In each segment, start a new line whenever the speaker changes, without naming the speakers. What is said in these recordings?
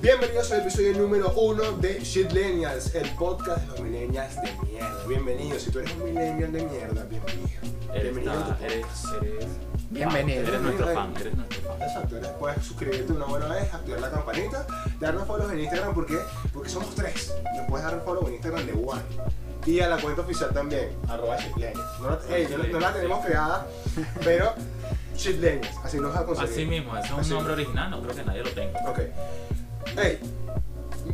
Bienvenidos al episodio número uno de Shitlennials, el podcast de los millennials de mierda. Bienvenidos, si tú eres un millennial de mierda, bienvenido.
Eres,
Bienvenido a tu
una-
podcast.
eres, eres,
Bienvenido.
eres nuestro fan, eres nuestro fan.
Exacto, eres- puedes suscribirte una buena vez, activar la campanita, darnos follow en Instagram, ¿por qué? Porque somos tres. Nos puedes dar follow en Instagram de One. Y a la cuenta oficial también, arroba shitlennials. No, la- eh, yo no- no la tenemos creada, pero shitlennials, así nos ha conseguido.
Así mismo, ese es
Así.
un nombre original, no creo que nadie lo tenga.
Ok. Ey,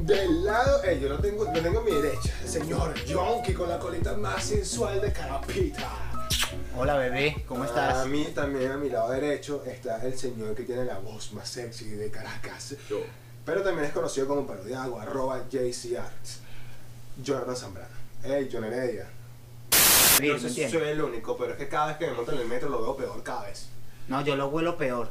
del lado, ey, yo lo tengo, lo tengo a mi derecha. El señor Yonki con la colita más sensual de Carapita.
Hola bebé, ¿cómo
A
estás?
mí también, a mi lado derecho, está el señor que tiene la voz más sexy de Caracas.
Yo.
Pero también es conocido como palo de agua, arroba JC Arts. Jonathan Zambrano. Ey, John Heredia.
Sí,
No
¿me
sé si
entiendes?
soy el único, pero es que cada vez que me monto en el metro lo veo peor cada vez.
No, yo lo huelo peor.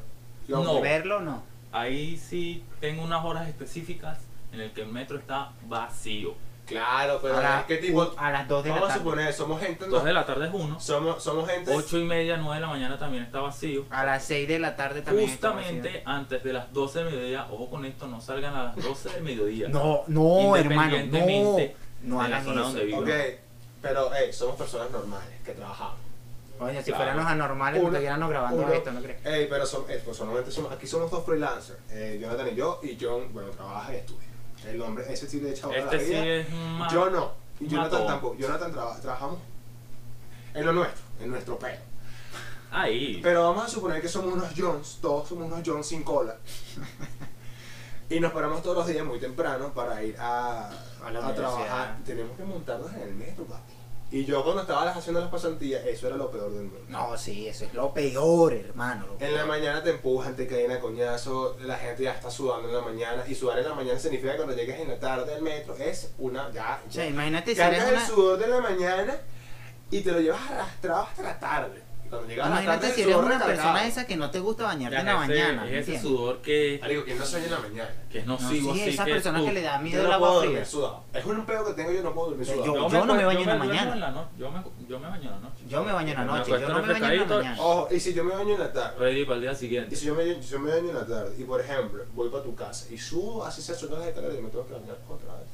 Yo-
No.
Verlo no.
Ahí sí tengo unas horas específicas en el que el metro está vacío.
Claro, pero
A, la-
es que tipo...
a las 2 de la
Vamos a
tarde.
suponer, somos gente...
Dos de la tarde es uno,
Somos, somos gente...
ocho y media, nueve de la mañana también está vacío.
A las 6 de la tarde también. está
Justamente antes de las 12 del mediodía, ojo con esto, no salgan a las 12 del mediodía.
vacío. No, no, hermano, no.
Independientemente
No
de la
hagan
zona
eso.
donde vivo.
Ok, pero hey, somos personas normales que trabajamos.
Oye, si
Claro.
fueran los anormales,
Uno-
no estuviéramos grabando
uno-
esto, ¿no crees?
Ey, pero son, eh, pues solamente somos, aquí somos dos freelancers, eh, Jonathan y yo, y John, bueno, trabaja y estudia. El hombre, ese sí le echa bola a
Este sí
la vida.
es más...
yo no, y Jonathan
matón.
tampoco. Jonathan traba- trabajamos en lo nuestro, en nuestro pelo.
Ahí.
Pero vamos a suponer que somos unos Johns, todos somos unos Johns sin cola. y nos paramos todos los días muy temprano para ir a,
A la
trabajar.
universidad.
Tenemos que montarnos en el metro, papi. Y yo cuando estaba haciendo las pasantías, eso era lo peor del mundo.
No, sí, eso es lo peor, hermano. lo
En la
peor.
mañana te empujan, te caen a coñazo, la gente ya está sudando en la mañana. Y sudar en la mañana significa que cuando llegues en la tarde al metro es una. Ya.
O sea,
ya.
imagínate si eres
Cargas el
una.
sudor de la mañana y te lo llevas arrastrado hasta la tarde. Y cuando llegas a la
Imagínate
tarde,
si
el
eres
sudor
una
recargado.
persona esa que no te gusta bañarte
Ya
en la
ese-
mañana. ¿me
Es ese
entiendes?
sudor que,
Marico, ¿quién no sueña en la mañana?
que es
No,
nocivo.
sí,
así
esa
que
persona
tú-
que le da miedo
Yo
el
no
agua
puedo
fría.
dormir sudado. Es un peo que tengo, yo no puedo dormir
Yo-
sudado.
yo- no me baño en la
duermo
mañana.
la no- yo, me, yo me baño en la noche.
Yo me baño en la
Me
noche, yo
acuesto
no me baño en la
refrescadito.
mañana.
Ojo, y si yo me baño en la tarde.
Ready para el día
Y
siguiente.
si yo me, yo me baño en la tarde, y por ejemplo, voy para tu casa y subo así esas horas de calor y me tengo que bañar otra vez.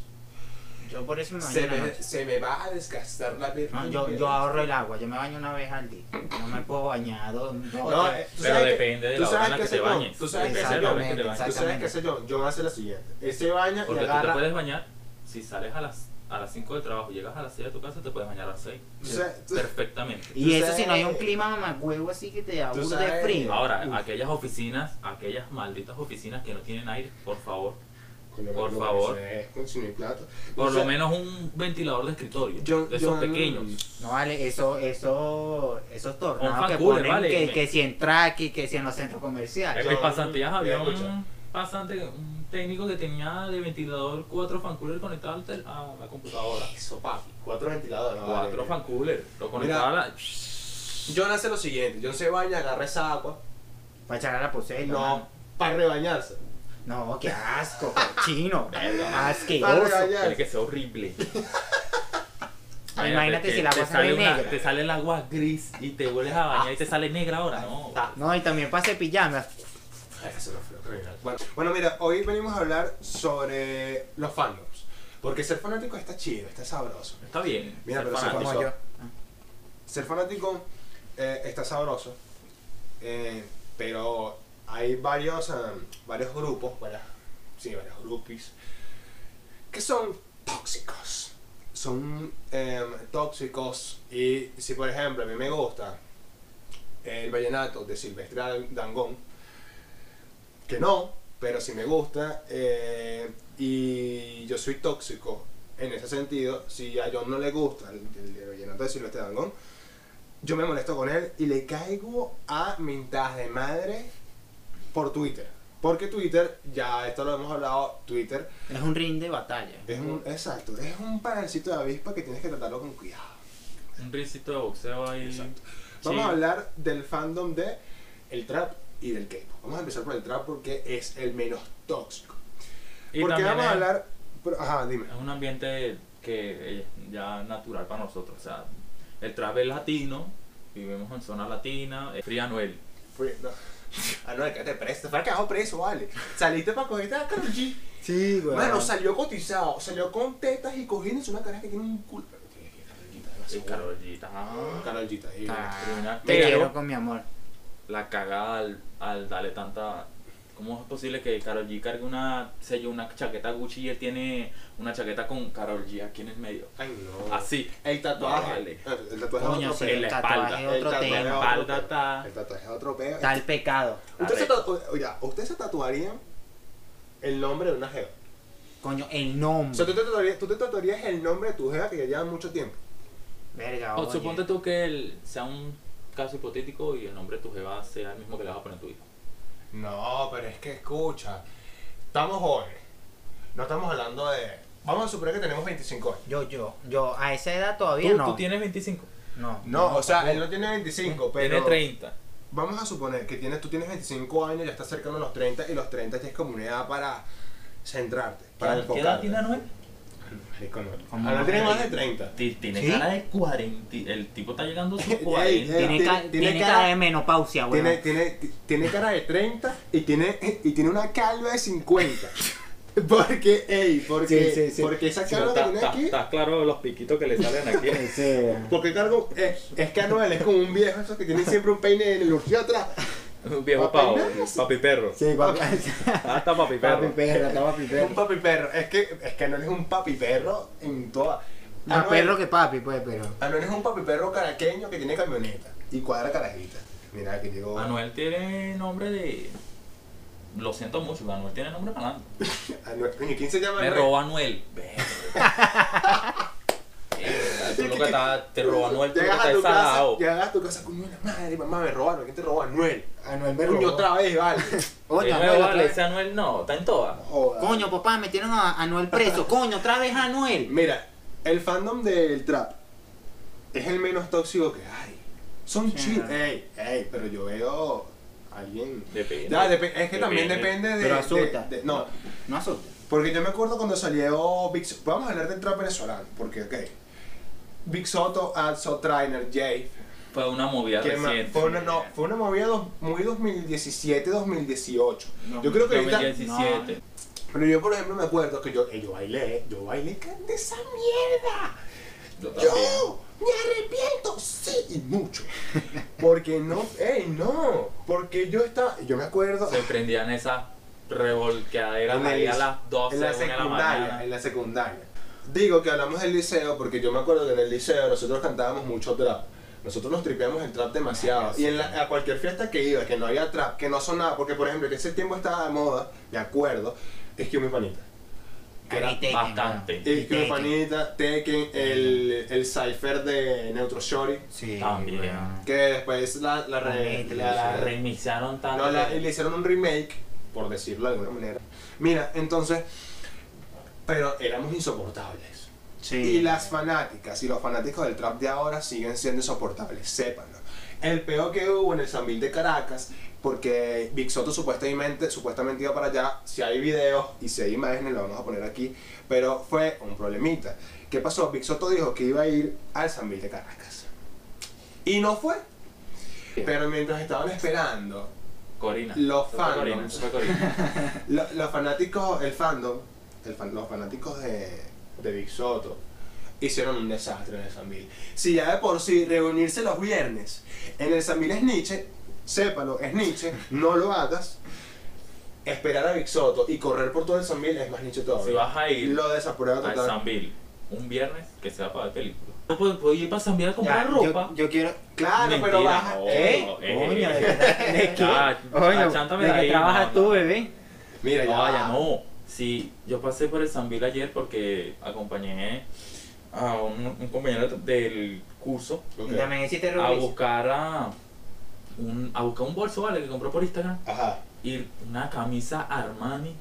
Yo por eso me baño
Se
en la
me,
noche.
se me va a desgastar la piel.
No, yo, yo ahorro el agua, yo me baño una vez al día. No me puedo bañar dos, dos,
No,
tres.
eh, tú
Pero
sabes que-
depende de
tú
la hora
sabes
en la
que
que
ese
te
John-
bañes.
tú sabes que
Depende de la hora en que te
Tú
bañes.
sabes que ese John, John hace la siguiente. Él se baña y
Porque tú te
agarra.
puedes bañar, si sales a las, a las 5 de trabajo, llegas a las 6 de tu casa, te puedes bañar a las 6.
Tú sabes- tú-
Perfectamente.
Y
tú
eso si no hay un
sabes-
clima mamagüevo así que te da
Tú
burda de
sabes-
frío.
Ahora,
Uf.
aquellas oficinas, aquellas malditas oficinas que no tienen aire, por favor,
Coño,
Por
lo que
favor.
sé, coño, si no hay plato.
por
Tú
lo
sabes-
menos un ventilador de escritorio,
John-
de esos
John-
pequeños.
No vale, eso, eso, esos tornados que
Vancouver,
ponen
vale,
que,
me-
que si en Traki, que si en los centros comerciales.
En mis
John-
pasantías había
Escucha.
un pasante, un técnico que tenía de ventilador cuatro fan coolers conectados al tel- a la computadora.
Eso, papi. Cuatro ventiladores.
Cuatro
vale.
fan coolers. Lo conectaba a la.
John hace lo siguiente: John se baña, agarra esa agua.
Eh.
Para echar a la poseta.
No, para rebañarse.
No, qué asco, cochino.
Verga.
Para
asqueroso.
Tiene que
rebañarse.
ser horrible.
Imagínate
Te-
si la
te
cosa no
sale
es
una-
negra.
Te sale el agua gris y te vuelves a bañar y te sale negra ahora.
Ah,
No.
No, y también para cepillarme.
Eso no fue lo criminal. Bueno, bueno, mira, hoy venimos a hablar sobre los fandoms. Porque ser fanático está chido, está sabroso.
Está bien.
Mira,
ser
pero
fanático.
Como
eso.
yo.
Ser fanático eh, está sabroso, eh, pero hay varios, um, varios grupos, varias- sí, varios grupis, que son tóxicos. Son em, tóxicos y si por ejemplo a mí me gusta el vallenato de Silvestre Dangón, que no, pero si me gusta eh, y yo soy tóxico en ese sentido, si a John no le gusta el, el, el vallenato de Silvestre Dangón, yo me molesto con él y le caigo a mentadas de madre por Twitter. Porque Twitter, ya esto lo hemos hablado, Twitter
Es un ring de batalla.
es un, exacto, es un panelcito de avispa que tienes que tratarlo con cuidado.
Un risito de boxeo ahí.
Exacto.
Sí.
Vamos a hablar del fandom de el trap y del K-pop. Vamos a empezar por el trap porque es el menos tóxico.
Y
porque
también
vamos a
es-
hablar, pero- ajá, dime.
Es un ambiente que es ya natural para nosotros. O sea, el trap es latino. Vivimos en zona latina. Es Free Anuel.
Fue- no. Ah, no, quédate preso. Fue quedado preso, vale. Saliste para cogerte a Karol G.
Sí, güey.
Bueno, salió cotizado, salió con tetas y cogiendo. Es una cara que tiene un culo. Pero tiene que Karol G está
Sí,
demasiado
Karol
buena.
G, está-
Karol G está divina.
Mira,
Ah, Te
yo-
quiero con mi amor.
La cagada al, al darle tanta. ¿Cómo es posible que Karol G cargue una, sello, una chaqueta Gucci y él tiene una chaqueta con Karol G aquí en el medio?
Ay, no.
Así.
El tatuaje.
No, vale.
El tatuaje
Coño,
es otro
sí,
peo.
en
el
la
tatuaje
espalda,
es otro
tatuaje es
tema.
otro
Espalda
peo.
está-
El tatuaje es otro peo.
Está el pecado.
¿Usted se,
Arrecho.
tatu- oiga, ¿usted se tatuaría el nombre de una jeva?
Coño, el
O sea, ¿tú te,
nombre.
tatuarías, tú te tatuarías el nombre de tu jeva que ya lleva mucho tiempo.
Verga,
O
Ah, oye.
suponte tú que él sea un caso hipotético y el nombre de tu jeva sea el mismo que le vas a poner a tu hijo.
No, pero es que escucha. Estamos jóvenes. No estamos hablando de. Vamos a suponer que tenemos 25 años.
Yo, yo, yo, a esa edad todavía
Tú,
no.
tú tienes 25.
No.
No, o sea, él no tiene 25, pero.
Tiene 30.
Vamos a suponer que tienes, tú tienes 25 años, ya estás cercano a los 30 y los 30 ya es como una edad para centrarte, para
¿Qué edad
enfocarte.
tiene Anuel?
Marico, no.
Como
Ahora
no.
tiene más de 30.
Ti- Tiene
¿Sí?
cara de 40. El tipo está llegando a sus
Ey,
40.
ey.
Tiene,
Tiene-
ca-
tiene
tiene
cara-
cara de menopausia, güey.
Tiene, tiene, ti- tiene cara de 30 y tiene, y tiene una calva de 50. Porque, ey, porque,
Sí, sí, sí.
porque esa calva
Pero está-
que tiene
está-
aquí.
Estás claro de los piquitos que le salen aquí.
Porque cargo, es, es que Anuel es como un viejo esos que tiene siempre un peine en el urgio atrás.
Un viejo
Para
pavo.
peinarse.
Papi perro.
Sí, papi,
Hasta Ah, papi perro.
perro, está papi
Un papi perro. Es que, es que Anuel es un papi perro en toda.
Más
Anuel-
Ah, perro que papi, pues, pero.
Anuel es un papi perro caraqueño que tiene camioneta y cuadra carajita. Mira que llegó.
Anuel tiene nombre de. Lo siento mucho, pero Anuel tiene nombre para
Anuel. Coño, ¿quién se llama
Me
Anuel?
robó Anuel. Verga. Verga, Tú lo que estás. Te robó Anuel, tú lo que
Llegas a
estás
tu casa,
salado.
llegas a tu casa, coño, la madre, mamá me robaron. ¿Quién te robó Anuel?
Anuel
Coño, otra vez, vale.
Y luego, vale, ese Anuel no, está en todas.
Joda.
Coño, papá, metieron a a Anuel preso. Coño, otra vez a Anuel.
Mira, el fandom del trap es el menos tóxico que hay. Son
Sí.
chill. Ey, ey, pero yo veo a alguien.
Depende.
Ya, depe- es que también
Depende.
depende de.
Pero asusta.
de- de- no,
No asustes.
porque yo me acuerdo cuando salió Big So- Vamos a hablar del trap venezolano, porque, ok. Big Soto, Adso, Trainer, Jay.
Fue una movida
¿Quién más?
reciente.
Fue una, no, fue una movida dos- muy 2017-2018. Yo creo que ahorita.
2017.
Pero yo, por ejemplo, me acuerdo que yo, eh, yo bailé, yo bailé can- de esa mierda.
Yo también.
Yo me arrepiento, sí, y mucho. Porque no, ey, no. Porque yo estaba, yo me acuerdo.
Se prendían esas revolcaderas
en
ahí
el-
a las 12
en la
una de la
secundaria,
mañana.
en la secundaria. Digo que hablamos del liceo porque yo me acuerdo que en el liceo nosotros cantábamos mucho trap. Nosotros nos tripeamos el trap demasiado. Y en la- a cualquier fiesta que iba, que no había trap, que no sonaba, porque por ejemplo, que ese tiempo estaba de moda, me acuerdo, es que mi panita. Que era-
Ahí te-
bastante.
hermano.
Es que mi
Tekken.
panita, Tekken, el, el cipher de Neutro Shorty,
Sí.
También.
weón.
que después la, la, re-
Remake,
la-
La
la-
remixaron tanto.
no, la-
que-
y le hicieron un remake, por decirlo de alguna manera. Mira, entonces, pero éramos insoportables.
Sí.
Y las fanáticas y los fanáticos del trap de ahora siguen siendo insoportables, sépanlo. El peor que hubo en el Sambil de Caracas, porque Big Soto supuestamente, supuestamente iba para allá, si hay videos y si hay imágenes, lo vamos a poner aquí, pero fue un problemita. ¿Qué pasó? Big Soto dijo que iba a ir al Sambil de Caracas. Y no fue. Pero mientras estaban esperando,
Corina.
Los
Eso fue
fandoms.
Corina, eso fue Corina.
lo- los fanáticos, el fandom, el fan- los fanáticos de, de Big Soto hicieron un desastre en el Sambil. Si ya de por sí reunirse los viernes en el Sambil es Nietzsche, sépalo, es Nietzsche, no lo hagas. Esperar a Big Soto y correr por todo el Sambil es más Nietzsche todavía.
Si vas a ir
lo desaprueba
Al
total.
Sambil. Un viernes que se va para ver película. No pues, puedo, puedo ir para Sambil a comprar
Ya,
ropa.
Yo, yo quiero.
Claro,
Mentira,
pero vas.
no,
¿eh?
no, eh,
Coño,
eh,
¿de,
eh.
de qué?
Ya,
Coño,
achántame
¿de
de
qué
ahí,
trabajas
no,
tú,
no.
bebé?
Mira, ya,
No, ya
va.
no. Sí, yo pasé por el Sambil ayer porque acompañé a un, un compañero del curso
Ok.
Y También hiciste
a
rubis.
buscar a un, a buscar un bolso, ¿vale? Que compró por Instagram.
Ajá.
Y una camisa Armani.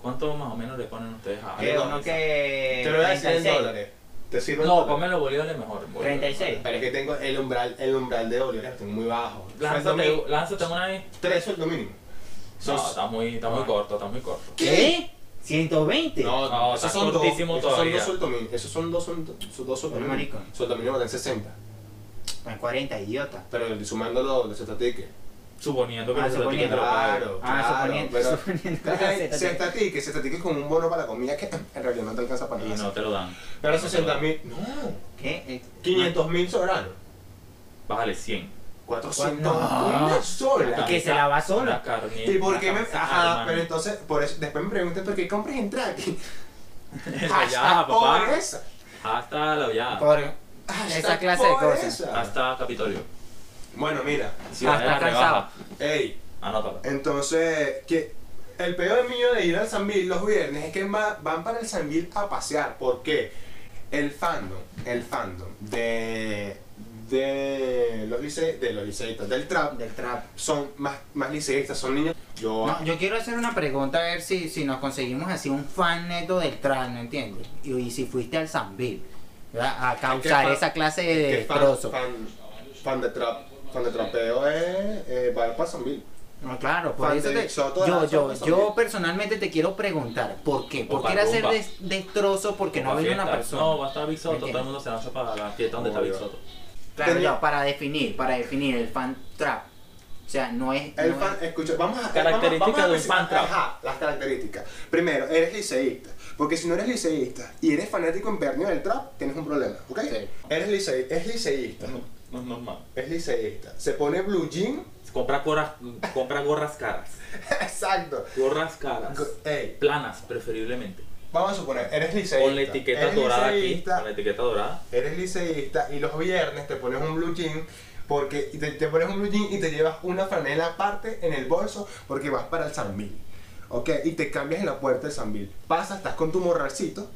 ¿Cuánto más o menos le ponen ustedes a
Que
¿Qué?
a la
uno
camisa?
que.
Te lo voy a decir en
36.
dólares. Te sirve en
Eh, No,
dólares.
ponme los bolívares mejor. bolívares.
36.
Pero es que tengo el umbral, el umbral de Oliver, tengo muy bajo.
Lánzate, lánzate una vez.
Tres sueldo mínimo.
No,
Son-
está muy, está muy
Ah.
corto, está muy corto.
¿Qué? ¿120?
No,
No,
esos
está
son dos.
cortísimo
Esos son
todavía.
dos sueldo mínimo. Esos son dos sueldo, son dos sueldo
Pero,
mínimo.
marico.
Sueldo mínimo valen 60.
En 40, idiota.
Pero sumándolo de Z ticket.
Suponiendo que
Ah,
no se lo
suponiendo,
etiquetó.
Claro,
Ah,
claro.
suponiendo-
pero
suponiendo
Claro,
que la
se
Z te-
estatique, se estatique como un bono para la comida que en realidad no te alcanza para
Y
nada.
no te lo dan.
Pero
No te lo
60
dan.
mil, no,
¿Qué? Eh,
500 mil sobranos.
Bájale 100.
400,
No.
una sola.
¿Y que se la va sola?
Una carne,
¿Y por
una
qué me.?
cabeza,
Ajá,
Ah, hermano.
pero entonces, por eso, después me preguntan por qué compras en Traki.
Ya, papá.
Pobreza.
Hasta la olla.
Por,
Ah,
Esa clase de cosas.
pobreza.
Hasta Capitolio.
Bueno, mira,
Ciudad de
Hasta
la rebaja.
ey,
Anótalo.
entonces, que el peor mío de ir al Sanvil los viernes es que va- van para el Sanvil a pasear. ¿Por qué? El fandom, el fandom de. de los lice- de los liceístas, del trap,
del trap.
son más, más liceístas, son niños. Yo.
No, yo quiero hacer una pregunta a ver si, si nos conseguimos así un fan neto del trap, ¿no entiendes? Y, y si fuiste al Zambil, ¿verdad? A causar
fan-
esa clase de
que fan,
destrozo.
fan, fan de trap, fan de trapeo es eh, va para Sanvil.
No, claro, por
fan
eso
de
te,
Big Soto, de
yo,
Bad
yo,
Bunny
yo
también.
personalmente te quiero preguntar, ¿por qué?
O
¿Por qué
pa'
era hacer
rumba.
des- destrozo porque no
Opa,
había una
fiesta.
persona?
No, va a estar Big Soto.
¿Me
Todo el mundo se lanza para la fiesta donde está Big
Obvio.
Soto.
Claro,
Tenía-
ya, para definir, para definir el fan trap. O sea, no es.
El
no
fan,
es-
escucha, vamos a
Características
vamos- vamos a
de un fan
especificar-
trap.
Ajá, las características. Primero, eres liceísta. Porque si no eres liceísta y eres fanático empernio del trap, tienes un problema, ¿ok?
Sí.
Eres liceísta, es liceísta,
No es normal.
es liceísta. Se pone blue jean,
Compra, gorras- compra gorras caras.
exacto.
Gorras caras.
Go-
eh.
Ey,
Planas, preferiblemente.
vamos a suponer, eres liceísta.
Con la etiqueta
eres
dorada aquí.
liceísta,
Con la etiqueta dorada.
eres liceísta y los viernes te pones un blue jean porque y te, te pones un blue jean y te llevas una franela aparte en el bolso porque vas para el Sanvil. Ok, y te cambias en la puerta del Sanvil. Pasas, estás con tu morralcito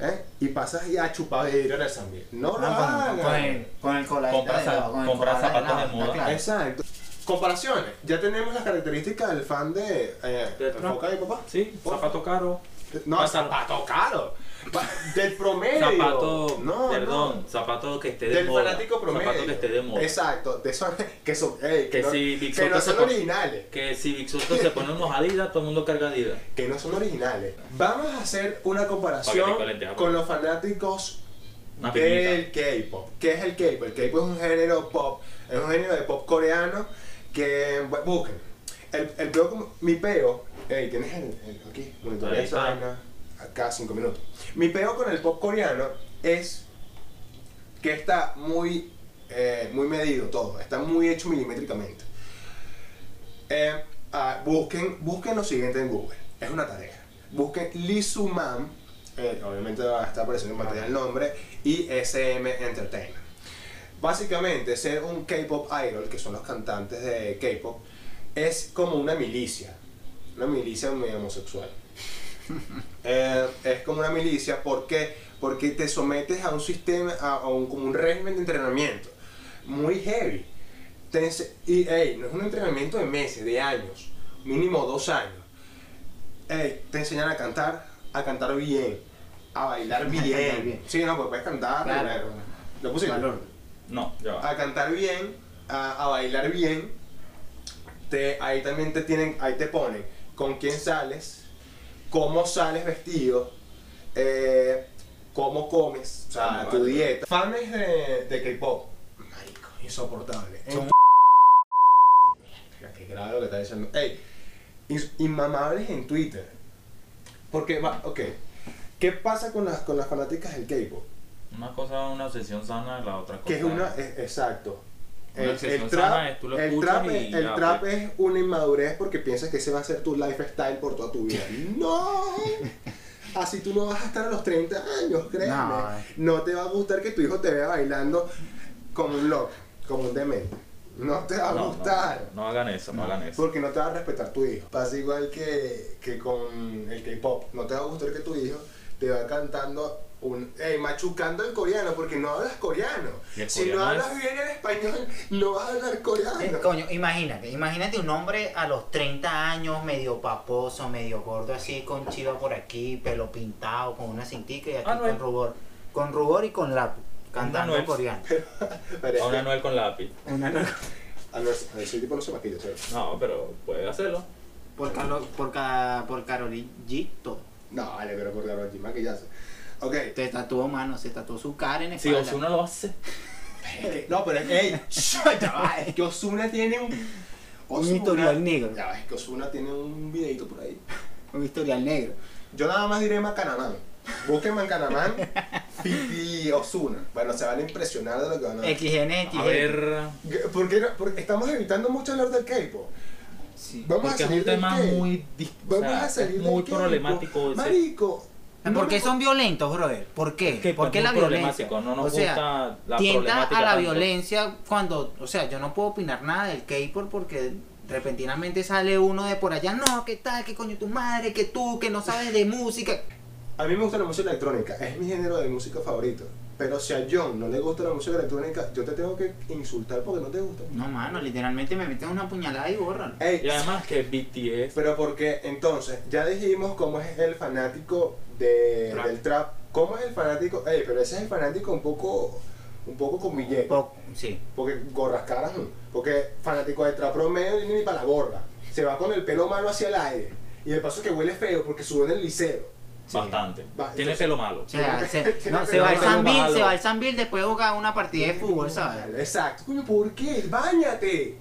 ¿eh? y pasas y a chupar de al Sanvil. No lo
Ah, con, con el,
hagan.
con el coladito
Compra
de
zap-
lado, con el
compra
coladito
zapatos
lado,
de
está
moda.
claro.
Exacto. Comparaciones. Ya tenemos las características del fan de. Eh,
De Trump.
¿enfoca ahí, papá?
Sí,
Porfa.
zapato caro.
No,
Pásalo.
zapato caro. Pa- Del promedio.
Zapato,
No, no.
perdón, zapato que esté de
del
moda.
fanático promedio.
Zapato que esté de moda.
Exacto, de esos que son, ey, que,
Que
no,
sí, Big
que
Soto
no
se
son
pone-
originales,
Que si Big Soto se pone unos Adidas, todo el mundo carga Adidas.
que no son originales. Vamos a hacer una comparación
Paquetico de lentejas,
con los fanáticos
Una
del
pipita.
K-pop. ¿Qué es el K-pop? El K-pop es un género pop, es un género de pop coreano que bu- busquen. El, el peo como- mi peo, ey, tienes el, el- aquí, monitorea
Ahí
esa
está.
vaina, acá cinco minutos. Mi peo con el pop coreano es que está muy, eh, muy medido todo, está muy hecho milimétricamente. Eh, ah, busquen, busquen lo siguiente en Google, es una tarea. Busquen Lee Sumam, eh, obviamente va a estar apareciendo en pantalla el nombre, y SM Entertainment. Básicamente, ser un K-pop idol, que son los cantantes de K-pop, es como una milicia, una milicia medio homosexual. Eh, es como una milicia porque porque te sometes a un sistema a, a un, como un régimen de entrenamiento muy heavy Te ense- y ey, no es un entrenamiento de meses de años mínimo dos años Ey, te enseñan a cantar a cantar bien a bailar bien sí no pues puedes cantar
Claro.
pero- lo puse
Valor.
No, ya va.
a cantar bien, a, a bailar bien. Te, ahí también te tienen, ahí te ponen con quién sales, cómo sales vestido, eh, cómo comes, o sea,
Ah,
tu
vale.
dieta. Fans de, de K-pop, marico, insoportable.
Son-
Mira, Qué grave lo que está diciendo. Ey, ins- inmamables en Twitter. Porque va, ok. ¿Qué pasa con las, con las fanáticas del K-pop?
Una cosa es una obsesión sana, la otra cosa
Que es una, es- exacto.
Una
El,
obsesión
el trap,
sana es tú lo
el
escuchas
trap,
y
es, el
ya,
trap
pues.
es una inmadurez porque piensas que ese va a ser tu lifestyle por toda tu vida. ¡No! Así tú no vas a estar a los 30 años, créeme.
No.
No, te va a gustar que tu hijo te vea bailando como un loco, como un demente. No te va a
No, no,
gustar.
No, hagan eso, no, hagan eso.
Porque no te va a respetar tu hijo. Pasa igual que, que con el K-pop. No te va a gustar que tu hijo te va cantando un. ey, machucando el coreano, porque no hablas coreano.
Y el
Si no
coreano
hablas bien el español, no vas a hablar
Eh,
coreano.
Coño, imagínate, imagínate un hombre a los 30 años, medio paposo, medio gordo así, con chiva por aquí, pelo pintado, con una cintica y aquí
Manuel.
con rubor. Con rubor y con lápiz, cantando
Manuel.
coreano.
Pero es
A un
que-
Anuel con lápiz.
Una no-
a no- a ese tipo no se maquilla, ¿sabes?
No, pero puede hacerlo.
Por, Carlo- por, ca- por Carolito.
No, vale, pero por la verdad, maquillarse. Ok.
Te tatuó mano, se tatuó su cara en
Si
espalda.
Ozuna lo hace.
No, pero es. ¡Ey! ya va, Es que Osuna tiene un. Ozuna-
historial negro.
Ya ves que Osuna tiene un videito por ahí.
Un historial negro.
Yo nada más diré Macanamán. Busquen Macanamán y Osuna. Bueno, se van a impresionar de lo que van a ver.
XN, XN.
Ah. A ver.
¿Por qué no? Porque estamos evitando mucho hablar del K-pop.
Sí,
Vamos a
porque es
salir
un
del
tema
qué?
muy. dis- o
Vamos
sea,
a salir
es
del
muy
K-pop.
problemático. ese-
Marico. no
¿Por qué
me-
Ah, son violentos, brother? ¿Por qué?
que
¿Por
es
qué
muy
la violencia?
problemático, No nos
o sea,
gusta la
tienta
problemática
a la
tanto.
violencia cuando, o sea, yo no puedo opinar nada del K-pop porque repentinamente sale uno de por allá, no, ¿qué tal? ¿Qué coño tu madre? ¿Qué tú? ¿Que no sabes de música?
A mí me gusta la música electrónica, es mi género de música favorito. Pero si a John no le gusta la música electrónica, yo te tengo que insultar porque no te gusta.
No, mano, literalmente me meten una puñalada y borran.
Ey,
Y además que BTS.
Pero porque entonces, ya dijimos cómo es el fanático de,
Trap.
del trap. ¿Cómo es el fanático? Ey, pero ese es el fanático un poco, un poco con billete.
Po- sí.
Porque gorras caras, ¿no? porque fanático de trap promedio ni para la gorra. Se va con el pelo malo hacia el aire. Y de paso que huele feo porque sube en el liceo.
sí.
Bastante.
Va,
Tiene
entonces-
pelo malo.
O sea, se, no,
Tiene
se va al
pelo
Sanville,
malo.
se va al Sanville después de jugar una partida de fútbol, ¿sabes?
Exacto. Coño, ¿por qué? ¡Báñate!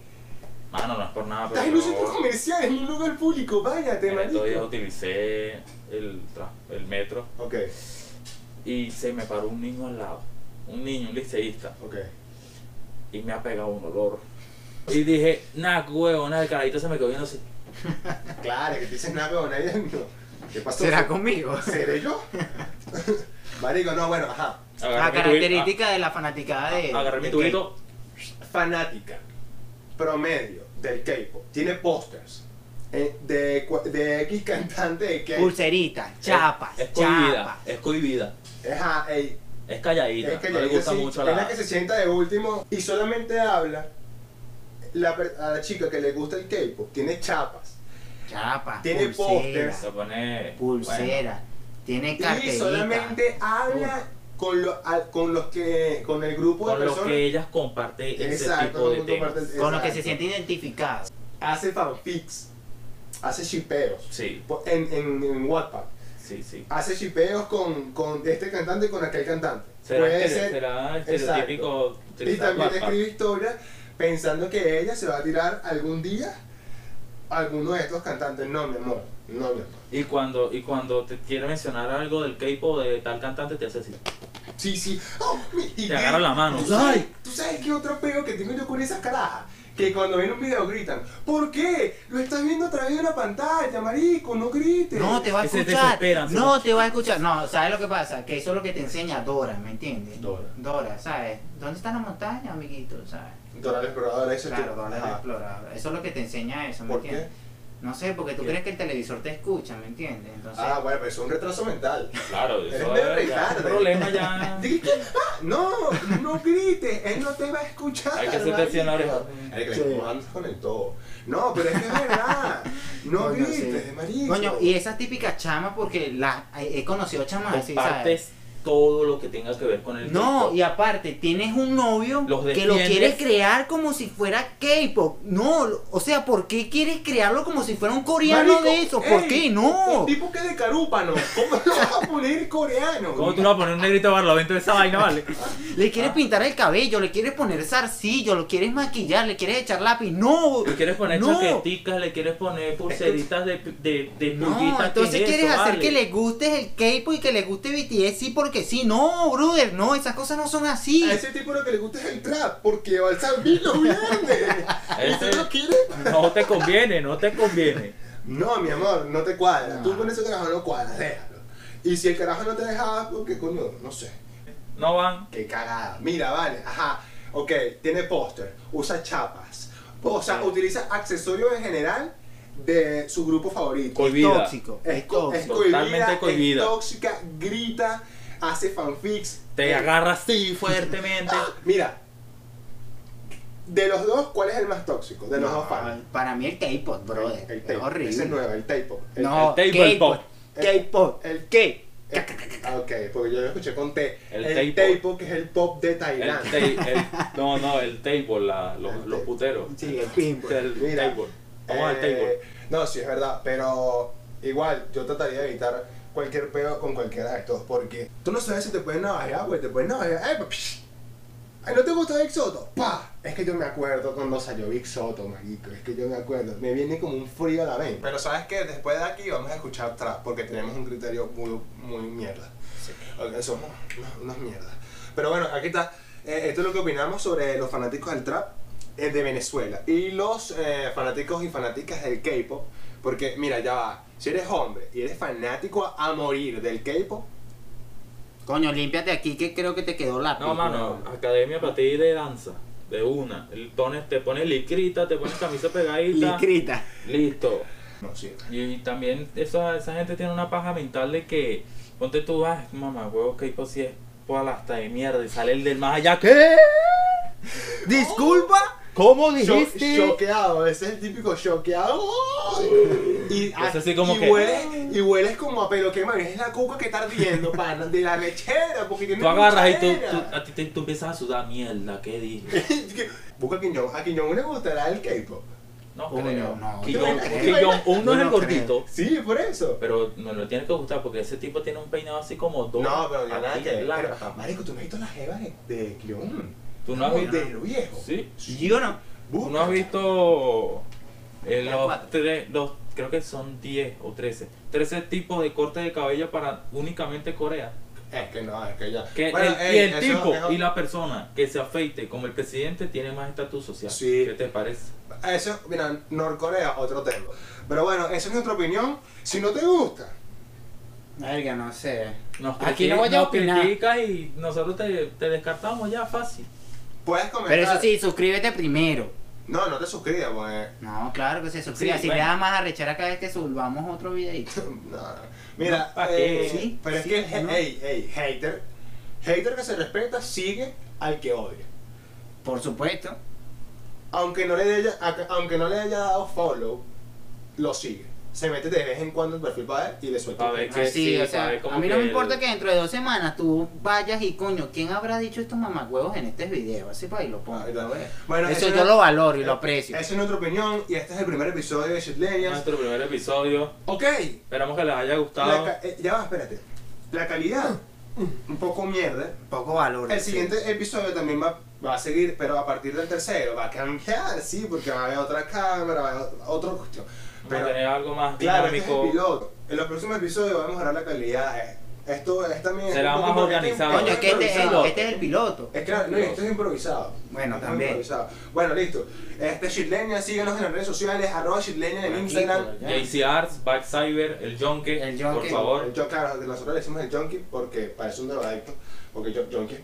Mano, no es por nada, pero.
Estás en un
yo-
centro comercial, en un lugar público, váyate,
en estos días
marico.
utilicé el, tra- el metro
Ok,
y se me paró un niño al lado. Un niño, un liceísta.
ok.
Y me ha pegado un olor. Y dije, nah, huevo, nada, el carajito se me quedó viendo así.
Claro, que te dicen nada, pero nadie no. ¿Qué pasó?
¿Será conmigo?
¿Seré yo? marico, no, bueno, ajá.
Agarré
La
mi tubi-
característica de la fanaticada de...
a- Agarré mi
de K-pop.
tubito.
Fanática promedio del K-pop tiene pósters eh, de, cua- de X cantante de K-pop.
Pulseritas, chapas,
Es cohibida,
chapas.
es cohibida.
Ajá, ey,
Es calladita.
es que
no
ya
le gusta
sí,
mucho
es
la.
la que se sienta de último y solamente habla la per- a la chica que le gusta el K-pop. Tiene chapas.
Chapas,
Tiene
pulseras,
pósters.
Se pone. bueno,
pulseras, tiene
Y
carterita.
solamente habla con, lo- al- con los que con el grupo de
con los
personas
que ellas comparten ese
Exacto,
tipo
con
de
los que
temas.
comparten-
Con los que
exacto.
se sienten identificados.
hace fanfics, hace shipeos
Sí,
en, en, en Wattpad,
sí, sí.
hace shipeos con, con este cantante y con aquel cantante.
Será,
Puede
estere-
ser-
será estereotípico
y
utilizar
también
Wattpad.
escribe historias pensando que ella se va a tirar algún día a alguno de estos cantantes. No, mi amor, no, mi amor.
Y cuando, y cuando te quiere mencionar algo del K-pop de tal cantante, te hace así.
Sí, sí. Oh, mi- y
Te agarra la mano.
¿Tú sabes, ¿Tú sabes qué otro peo que tengo yo con esas carajas? Que cuando ven un video gritan, ¿por qué? Lo estás viendo a través de una pantalla, marico, no grites.
No te va a
que se
escuchar.
desesperan,
No
se-
te va a escuchar. No, ¿sabes lo que pasa? Que eso es lo que te enseña Dora, ¿me entiendes?
Dora.
Dora, ¿sabes? ¿Dónde está la montaña, amiguito? ¿Sabes?
Dora la exploradora, eso es
Claro,
tu-
Dora el
Ajá.
explorador. Eso es lo que te enseña eso, ¿me
¿Por qué?
entiendes? No sé, porque tú
¿Qué?
crees que el televisor te escucha, ¿me entiendes? Entonces,
Ah, bueno, pero eso es un retraso mental.
Claro,
Eres
eso
medio
es ya, es un
retardado.
problema ya.
Dije, ¿qué? Ah, No, no grites, él no te va a escuchar.
Hay que hacerte así en la oreja.
Hay que
Sí.
le andas con el todo. No, pero es que es verdad. No
Coño,
grites,
sí.
marico.
coño, y esas típicas chamas, porque las he conocido chamas así, ¿sabes?
Compartes todo lo que tenga que ver con el
No,
K-pop.
y aparte, tienes un novio
Los
que lo
defiendes.
quiere crear como si fuera K-pop. No, o sea, ¿por qué quieres crearlo como si fuera un coreano
Marico,
de eso? ¿Por
ey,
qué? No.
Un tipo que es de carúpano. ¿Cómo lo vas a poner coreano?
¿Cómo tú le vas a poner un negrito barlovento de esa vaina, vale?
Le quieres
Ah.
pintar el cabello, le quieres poner zarcillo, lo quieres maquillar, le quieres echar lápiz. No.
Le quieres poner
no.
chaqueticas, le quieres poner pulseritas de, de, de pulguitas,
No,
¿qué
entonces
es eso,
quieres hacer
vale?
que le guste el K-pop y que le guste BTS, sí, porque sí. No, brother, no, esas cosas no son así.
A Ah, ese tipo lo que le gusta es el trap, porque va al San Luis los viernes. ¿Y tú
Ese-
no quieres?
No te conviene, no te conviene.
No, mi amor, no te cuadra.
No.
Tú con ese carajo no cuadras, déjalo. Y si el carajo no te dejaba, porque coño, no sé.
No van.
Qué cagada. Mira, vale, ajá. Ok, tiene póster, usa chapas. O sea,
Ok.
utiliza accesorios en general de su grupo favorito.
Cohi-
Es
Olvida.
tóxico.
Es, co- es
Totalmente
cohibida, es
cohibida.
tóxica, grita, hace fanfics.
Te
Eh,
agarra así fuertemente.
Mira, de los dos, ¿cuál es el más tóxico? De los dos
No,
fans.
para mí el K-pop, brother.
el
es
tape.
horrible.
Ese es nuevo, el tape. El-
No,
el table
K-pop.
pop.
K-pop.
El-
K.
el- ah, ok, porque yo lo escuché con T.
El
El,
tape.
tape, que es el pop de
El
Tailandia.
ta- el- no, no, el table, la- los,
El
los
table.
puteros.
Sí, el pinball.
El
Mira,
table. Vamos al
Eh,
table.
No, sí, es verdad, pero igual yo trataría de evitar cualquier peo con cualquiera de estos, porque tú no sabes si te pueden navajear, güey, te pueden navajear. ¡Eh, pa- pues, psh! Ay, ¿no te gusta Big Soto? ¡Pah! Es que yo me acuerdo cuando salió Big Soto, marico. Es que yo me acuerdo. Me viene como un frío a la vez. Pero sabes que después de aquí vamos a escuchar trap porque tenemos un criterio muy, muy mierda. Ok, somos unos- unos mierdas. Pero bueno, aquí está. Eh, esto es lo que opinamos sobre los fanáticos del trap eh, de Venezuela y los eh, fanáticos y fanáticas del K-pop. Porque, mira, ya va. Si eres hombre y eres fanático a, a morir del K-pop,
Coño, límpiate aquí que creo que te quedó lápiz.
No, mano, academia para ti de danza, de una. El- pones- te pones licrita, te pones camisa pegadita.
Licrita.
Listo.
no sirve.
Y, y también esa, esa gente tiene una paja mental de que, ponte tú, vas, mamá, huevo, que hipo si es por hasta de mierda y sale el del más allá. ¿Qué?
Disculpa. ¿Cómo
Cho-
dijiste?
Choqueado, ese es el típico choqueado. Y,
Es así
y
como que-
hueles, y hueles como a pelo quemado. Es la cuca que está ardiendo, pana, de la lechera. Porque tiene
Tú agarras y tú,
lechera.
tú- a ti te- tú empiezas a sudar mierda, ¿qué dije?
Busca a Quiñón. A Quiñón le gustará el K-pop.
No,
Coño,
creo.
no,
Quillón,
no creo.
Quillón, uno
Yo
es el
no
gordito,
Sí, por eso.
pero no lo tiene que gustar porque ese tipo tiene un peinado así como dos.
no, pero ya nada
aquí
que ver.
blanca.
Pero, Marico, tú no has visto las jevas de- de Quiñón.
Tú no has visto.
De lo viejo.
Sí.
Yo no.
Tú
Busca.
no has visto eh,
Las
los
cuatro.
tres, los, creo que son 10 o 13, 13 tipos de corte de cabello para únicamente Corea.
Es que no, es que ya.
Que
Bueno,
el,
ey,
y el
eso-
tipo
eso-
y la persona que se afeite como el presidente tiene más estatus social.
Sí.
¿Qué te parece?
Eso, mira, Norcorea, otro tema. Pero bueno, esa es nuestra opinión. Si no te gusta,
Verga, no sé.
Nos
Aquí
criti-
no voy a
nos
opinar.
criticas y nosotros te, te descartamos ya fácil.
puedes comentar.
Pero eso sí, suscríbete primero.
No, no te suscribas, pues.
No, claro que se suscriba.
Sí,
si
bueno.
le da más arrechera cada vez que subamos otro videito.
No, no. Mira,
No, ¿pa'
eh,
qué?
sí, pero
sí,
es que,
¿no?
hey, hey, hater. Hater que se respeta sigue al que odia.
Por supuesto.
Aunque no le haya, a- aunque no le haya dado follow, lo sigue. Se mete de vez en cuando el perfil para él y le suelta.
Pa'
un
ver
comentario.
Que
Así,
sí,
o sea,
sabe, como
a mí no
que
me importa
el-
que dentro de dos semanas tú vayas y coño, ¿quién habrá dicho estos mamagüevos en este video? Así para ahí lo pongo.
Ah, ya ves. Bueno,
eso
ese
yo
no-
lo valoro y lo aprecio.
Esa es nuestra opinión y este es el primer episodio de Shitlenias.
Nuestro primer episodio.
Ok,
Esperamos que les haya
la
gustado.
ca- eh, ya va, espérate. La calidad, un poco mierda.
Poco valor.
El siguiente episodio también va, va a seguir, pero a partir del tercero va a cambiar, sí, porque va a haber otra cámara, va a haber otra cuestión.
Pero,
Pero
tener algo más
claro, este es el
dinámico.
piloto. En los próximos episodios vamos a mejorar la calidad. eh. Esto es también.
Será
un poco
más
porque
organizado.
esto
Coño,
es
es que este, es-
improvisado.
este es el piloto.
Es claro, no, y esto es improvisado.
Bueno,
Esto es
también.
improvisado. Bueno, listo. Este Shitlenia, síganos en las redes sociales, arroba Shitlenia en
Aquí,
Instagram.
por allá.
JC Arts, Back Cyber, el Jonke,
El
por
Yonke.
El
favor.
yo- claro, nosotros le decimos el junkie porque parece un drogadicto, porque yo, junkie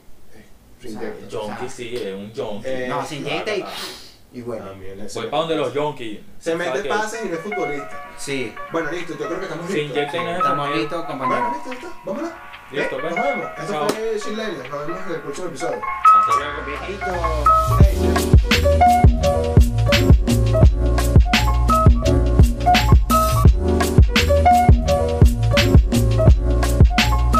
es sin
O sea,
tecla.
yo-
Jonke sí, es un Jonke.
Eh,
no, sin
claro,
gente y,
claro.
y bueno.
También le-
Fue Ah, para donde los Yonkis.
Se mete
¿Sabes qué?
pases y no es futbolista.
Sí.
Bueno, listo, yo creo que estamos
Se
listos.
inyectan en el
Estamos
también.
listos,
Bueno,
compañeros.
listo, listo. Vámonos.
Listo,
Eh,
pues.
Nos vemos. Eso
Chao.
fue Shitlandia. Nos vemos en el próximo episodio.
Hasta luego.
Viejito.
Hey.